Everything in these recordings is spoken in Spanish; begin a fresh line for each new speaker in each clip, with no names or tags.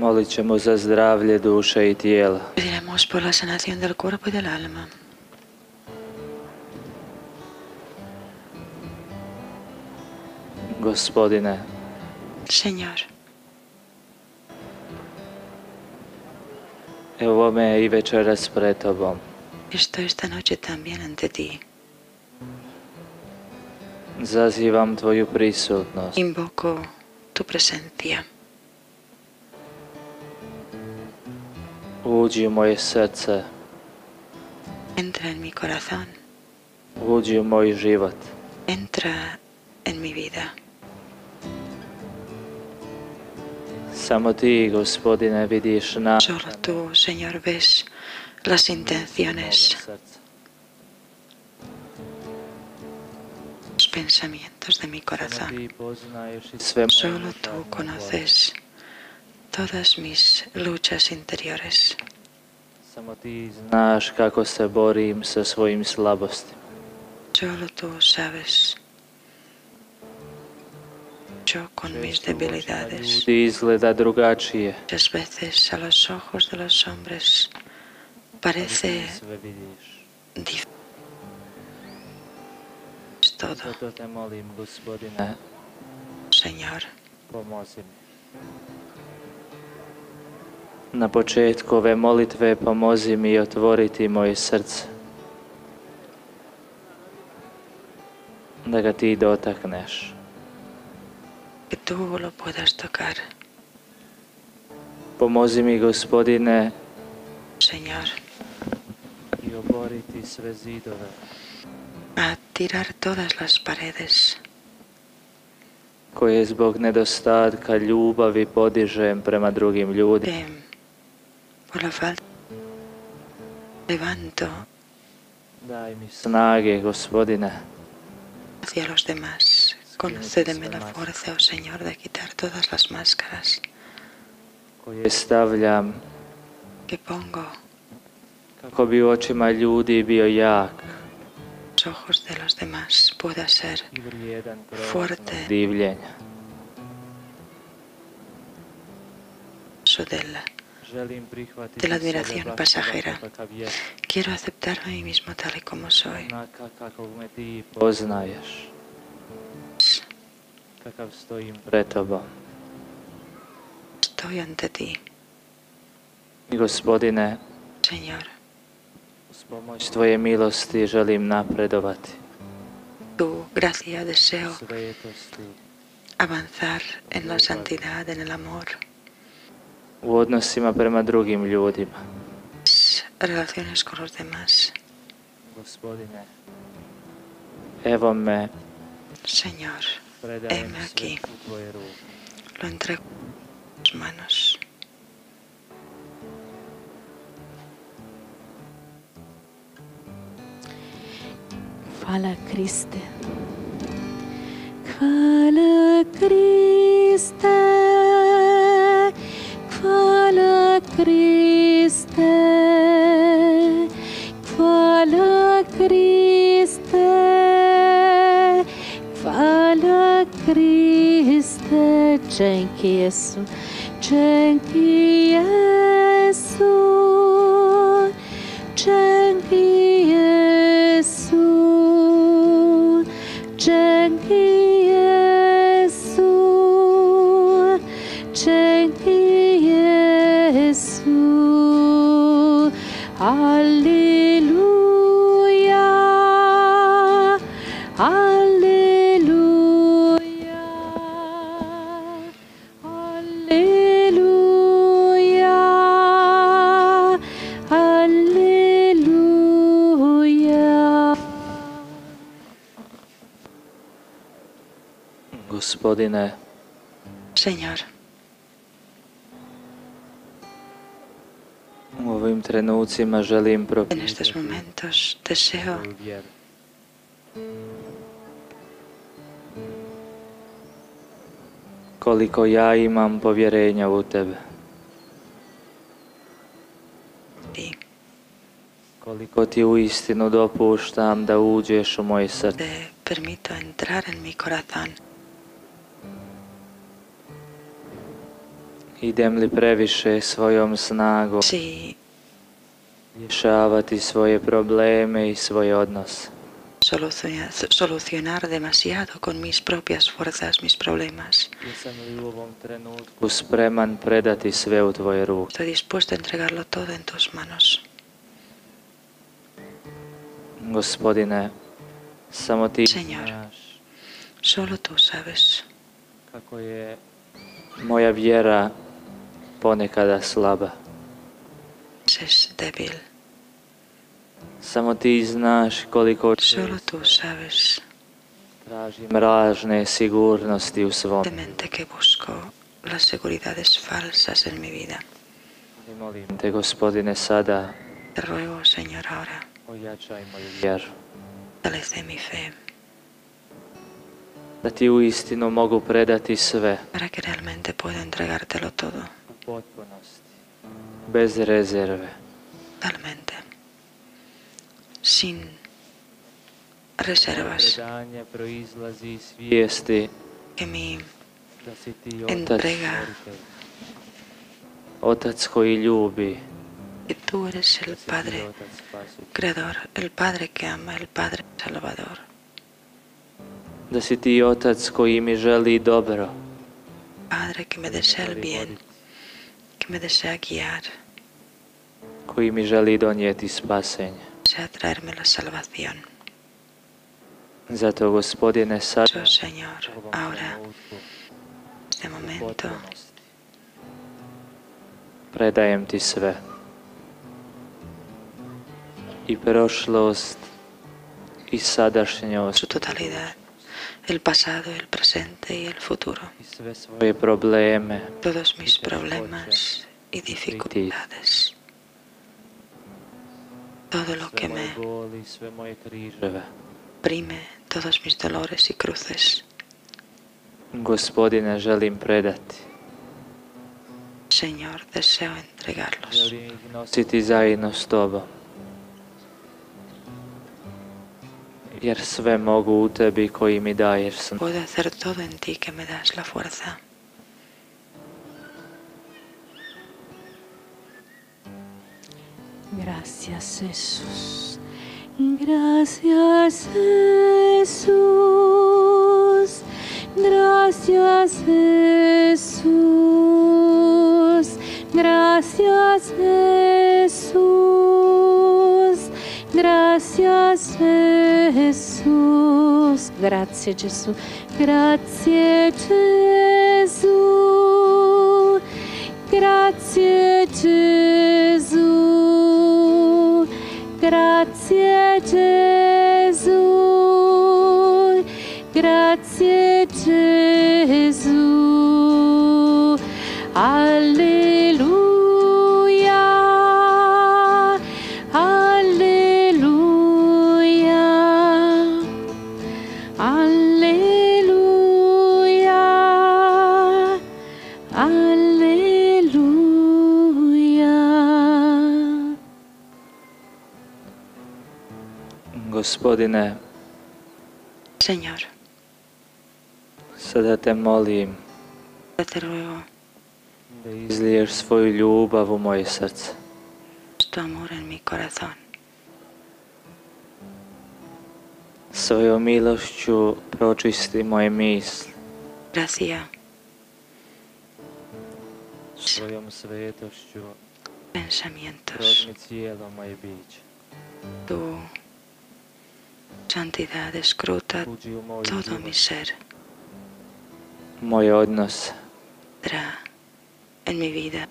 Molit ćemo za zdravlje duše i tijela.
Pediremos por la sanación del cuerpo y del alma.
Gospodine,
Señor,
evo me i večeras pred Tobom.
estoy esta noche también ante ti.
Zazivam Tvoju prisutnost.
Invoco tu presencia.
Uđi u moje srce,
Entra en mi corazón,
uđi u moj život.
entra en mi vida.
Samo Ti, Gospodine, vidiš na
Solo tú, Señor, ves las intenciones, los pensamientos de mi
Samo
corazón.
ti poznaješ i sve moje
Solo
duševne
tú
boli.
conoces todas mis luchas interiores.
Samo ti znaš kako se borim sa svojim slabostima.
Solo tú sabes. Yo con mis
Često u očima
debilidades.
Ljudi izgleda drugačije.
Muchas veces a los ojos de los hombres
ali ti
parece
sve vidiš.
difícil todo,
Zato te molim, Gospodine,
Señor.
pomozi mi. Na početku ove molitve pomozi mi otvoriti moje srce. Da ga ti dotakneš.
Que tú lo puedas tocar,
Pomozi mi, Gospodine,
Señor,
i oboriti sve zidove
a tirar todas las paredes
koje zbog nedostatka ljubavi podižem prema drugim ljudima.
que por la falta levanto
Daj mi snage, Gospodine,
hacia los demás. Concédeme la fuerza, oh Señor, de quitar todas las máscaras
koje stavljam
que pongo
kako bi u očima ljudi bio jak
los ojos de los demás pueda ser
i vrijedan
Fuerte.
prolaznog divljenja.
su de él.
Želim prihvatiti
Te la admiración
sebe baš
pasajera.
ovakav kakav jesam,
Quiero aceptarme a mí mismo tal y como soy.
onakav kakvog me ti poznaješ, kakav stojim pred tobom.
Estoy ante ti,
I gospodine,
Señor.
uz pomoć tvoje milosti želim napredovati.
Tu gracia deseo
Svetosti,
avanzar en la santidad, en el amor,
u odnosima prema drugim ljudima.
relaciones con los demás.
Gospodine, evo me,
Señor,
predajem
Eme
sve
aquí.
u tvoje ruke.
lo entrego en tus manos.
Hvala Kriste. Hvala Kriste. Hvala Kriste. Hvala Kriste. Hvala Kriste. Dzięki Jezu. Dzięki Jezu. Dzięki Jezu, dzięki Jezu, dzięki Jezu. Alleluja, alleluja, alleluja. Aleluja.
Gospodine,
Señor,
u ovim trenucima želim
en estos
propitati
momentos deseo
svoju vjeru. Koliko ja imam povjerenja u tebe,
en ti,
koliko ti u istinu dopuštam da uđeš u moje srce.
te permito entrar en mi corazón
Idem li previše svojom snagom
si
rješavati svoje probleme i svoj odnos?
soluciona- solucionar demasiado con mis propias fuerzas mis problemas.
Jesam li u ovom trenutku spreman predati sve u tvoje ruke?
Estoy dispuesto a entregarlo todo en tus manos.
Gospodine, samo ti
Señor.
znaš
Solo tú sabes
kako je moja vjera ponekada slaba.
es débil.
Samo ti znaš koliko
Solo tú
često
sabes
tražim ražne sigurnosti u svom.
demente que busco las seguridades falsas en mi vida.
I molim te, gospodine, sada
Te ruego, Señor, ahora,
ojačaj moju vjeru.
fortalece mi fe
Da ti u istinu mogu predati sve
para que realmente pueda entregártelo todo,
u potpunosti, bez rezerve.
totalmente, sin reservas.
Predanje proizlazi iz svijesti
Que mi
da si ti otac,
Entrega.
stvoritelj. otac koji ljubi,
que tú eres
da
el
si ti
Padre
otac spasitelj.
creador, el Padre que ama, el Padre salvador,
da si ti otac koji mi želi dobro,
Padre que me
koji me
desea el
želi
bien,
voditi,
que me desea guiar,
koji mi želi donijeti spasenje.
desea traerme la salvación.
Zato, gospodine, sada
Yo, Señor,
u ovom
ahora,
trenutku,
en este
u
momento,
potpunosti, predajem ti sve. I prošlost, i sadašnjost,
su totalidad, el pasado, el presente y el futuro,
i sve svoje probleme,
todos mis problemas y dificultades, todo lo
sve
que
moje
me
boli, sve moje križeve.
oprime, todos mis dolores y cruces.
Gospodine, želim predati.
Señor, deseo entregarlos.
Želim ih nositi zajedno s tobom. Jer sve mogu u tebi koji mi daješ snagu.
Puedo hacer todo en ti que me das la fuerza.
Gracias Jesús. Gracias Jesús. Gracias Jesús. Gracias Jesús. Gracias Jesús. Grazie Gesù. Grazie Gesù. Grazie Gesù, grazie Gesù, grazie Gesù, alleluia, alleluia. Aleluya, aleluya.
Gospodine,
Señor,
sada te molim
yo te ruego
da izliješ svoju ljubav u moje srce.
tu amor en mi corazón.
Svojom milošću pročisti moje misli.
Gracia,
Svojom svetošću
pensamientos,
prožmi cijelo moje biće.
tu santidad escruta
Uđi u moj
todo
život,
mi ser.
moj odnos,
Entra en mi vida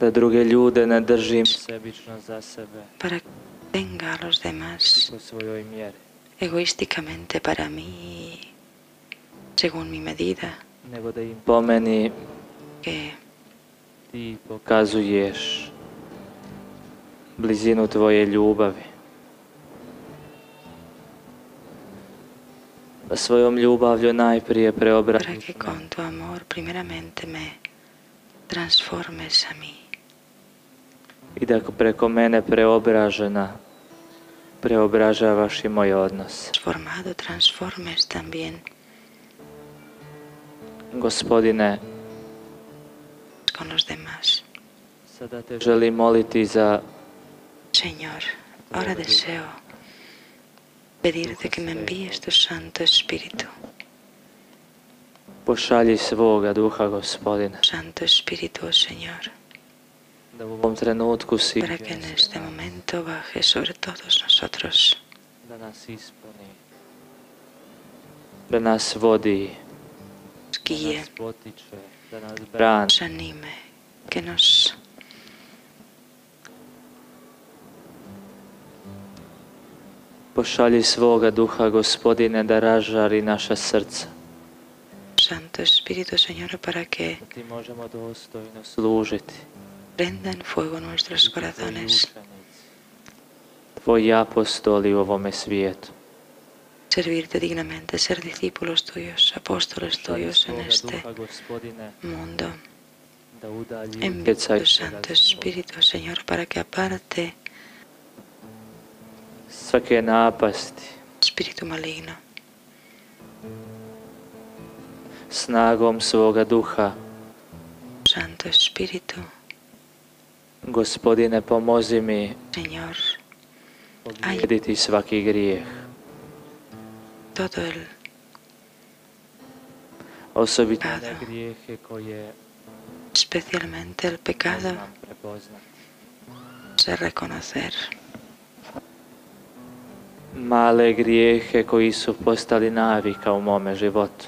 da druge ljude ne držim sebično za sebe
para que tenga a los
i
demás
po svojoj mjeri,
egoísticamente para mí, según mi medida,
nego da im po meni
que
ti pokazuješ blizinu tvoje ljubavi. Da Pa svojom ljubavlju najprije
para
preobratiš
que
me,
con tu amor primeramente me transformes a mí
i da preko mene preobražena preobražavaš i moj odnos.
transformado transformes también
Gospodine,
con los demás.
Sada te želim moliti za
Señor, ahora deseo pedirte que me envíes tu Santo Espíritu.
pošalji svoga duha gospodine.
Santo Espíritu, oh Señor,
Da u ovom trenutku si
para que en este momento baje sobre todos nosotros,
da nas ispuni. Da nas vodi,
nos
da
guíe,
nas potiče, da nas brani.
nos anime, que nos
Pošalji svoga duha gospodine da ražari naša srca.
Santo Espíritu, Señor, para que
Da ti možemo dostojno služiti.
prenda en fuego nuestros corazones,
Tvoji apostoli u ovome svijetu.
servirte dignamente, ser discípulos tuyos, apóstoles
Pošalji
tuyos en
svoga
este
duha, gospodine,
mundo.
da udalji
Envía
utjecaj
tu Santo
svega
Espíritu, Señor, para que aparte
zloga, svake napasti,
espíritu maligno.
snagom svoga duha.
Santo Espíritu,
Gospodine, pomozi mi
Señor,
pobijediti svaki grijeh,
todo el
osobito
Pado.
one grijehe koje
especialmente el
ne
pecado,
znam prepoznati.
sé reconocer.
Male grijehe koji su postali navika u mome životu.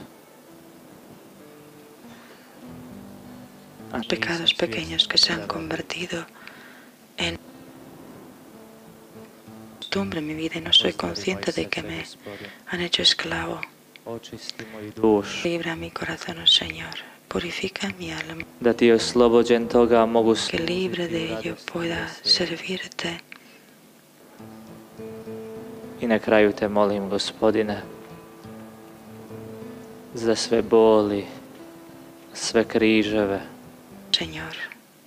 A Znači, nisam
Pecados
svjestan
pequeños que se
da
han
radim.
convertido en costumbre en mi vida y no soy
Ostavi moje
consciente de que
srce,
me
Gospodine.
han hecho esclavo.
Očisti moju dušu.
Libra mi corazón, oh Señor. Purifica mi alma,
Da ti oslobođen toga mogu
que
služiti
libre
u
de ello
radosti
pueda
i veselju.
servirte.
I na kraju te molim, gospodine, za sve boli, sve križeve,
Señor,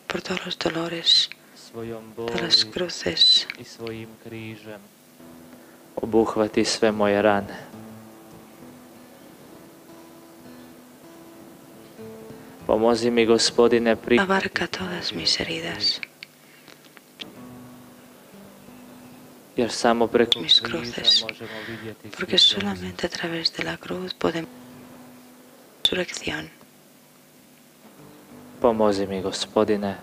por todos los dolores,
svojom
todas
boli
las cruces,
i svojim križem. Obuhvati sve moje rane. Pomozi mi, gospodine, pri...
abarca todas mis heridas,
jer samo preko
mis
križa
cruces,
možemo vidjeti
porque
Hristovu
solamente a través de la cruz podemos su lección.
Pomozi mi, gospodine,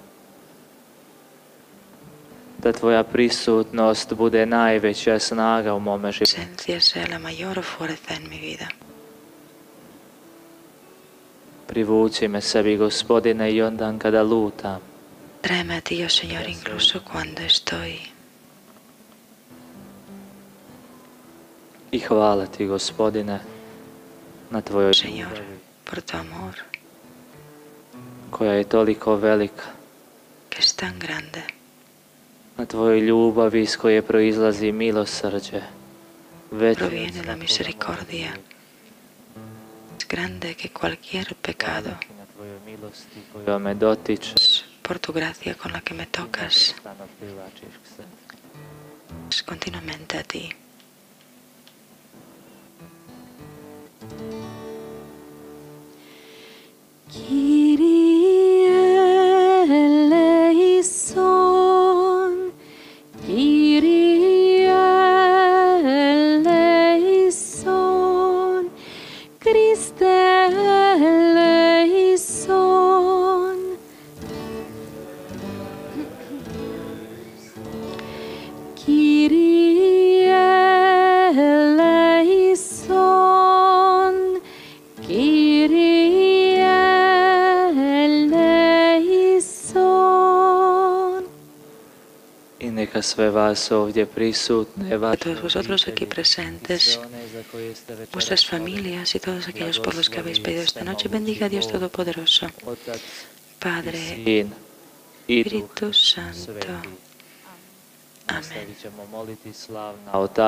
da tvoja prisutnost bude najveća snaga u mome životu.
presencia sea la mayor fuerza en mi vida.
Privuci me sebi, gospodine, i onda kada lutam,
Tráeme a ti, oh Señor, incluso cuando estoy.
i hvala ti, gospodine, na tvojoj
Señor,
ljubavi,
por tu amor,
koja je toliko velika,
que es tan grande,
na tvojoj ljubavi iz koje proizlazi milosrđe, veće od
Proviene la
svakoga moga
misericordia.
grijeha.
es grande que cualquier pecado.
Hvala ti na tvojoj milosti koja me dotiče.
Es Por tu gracia con la que me tocas
Neprestano privlačiš k sebi.
es continuamente a ti.
Kyrie eleison, Kyrie eleison, Christe eleison. Kyrie eleison, Kyrie eleison.
I neka sve vas ovdje prisutne,
A
vaše
todos vosotros aquí
obitelji, i
presentes,
sve one za koje ste večeras
vuestras
molili.
familias y todos aquellos por los que habéis
Blagoslovi
pedido esta noche, bendiga Dios
svemogući Bog,
Todopoderoso,
Otac i
Padre.
Sin i
Spiritu
Duh
Santo.
Sveti.
Amén.
Nastavit ćemo moliti slavna Ota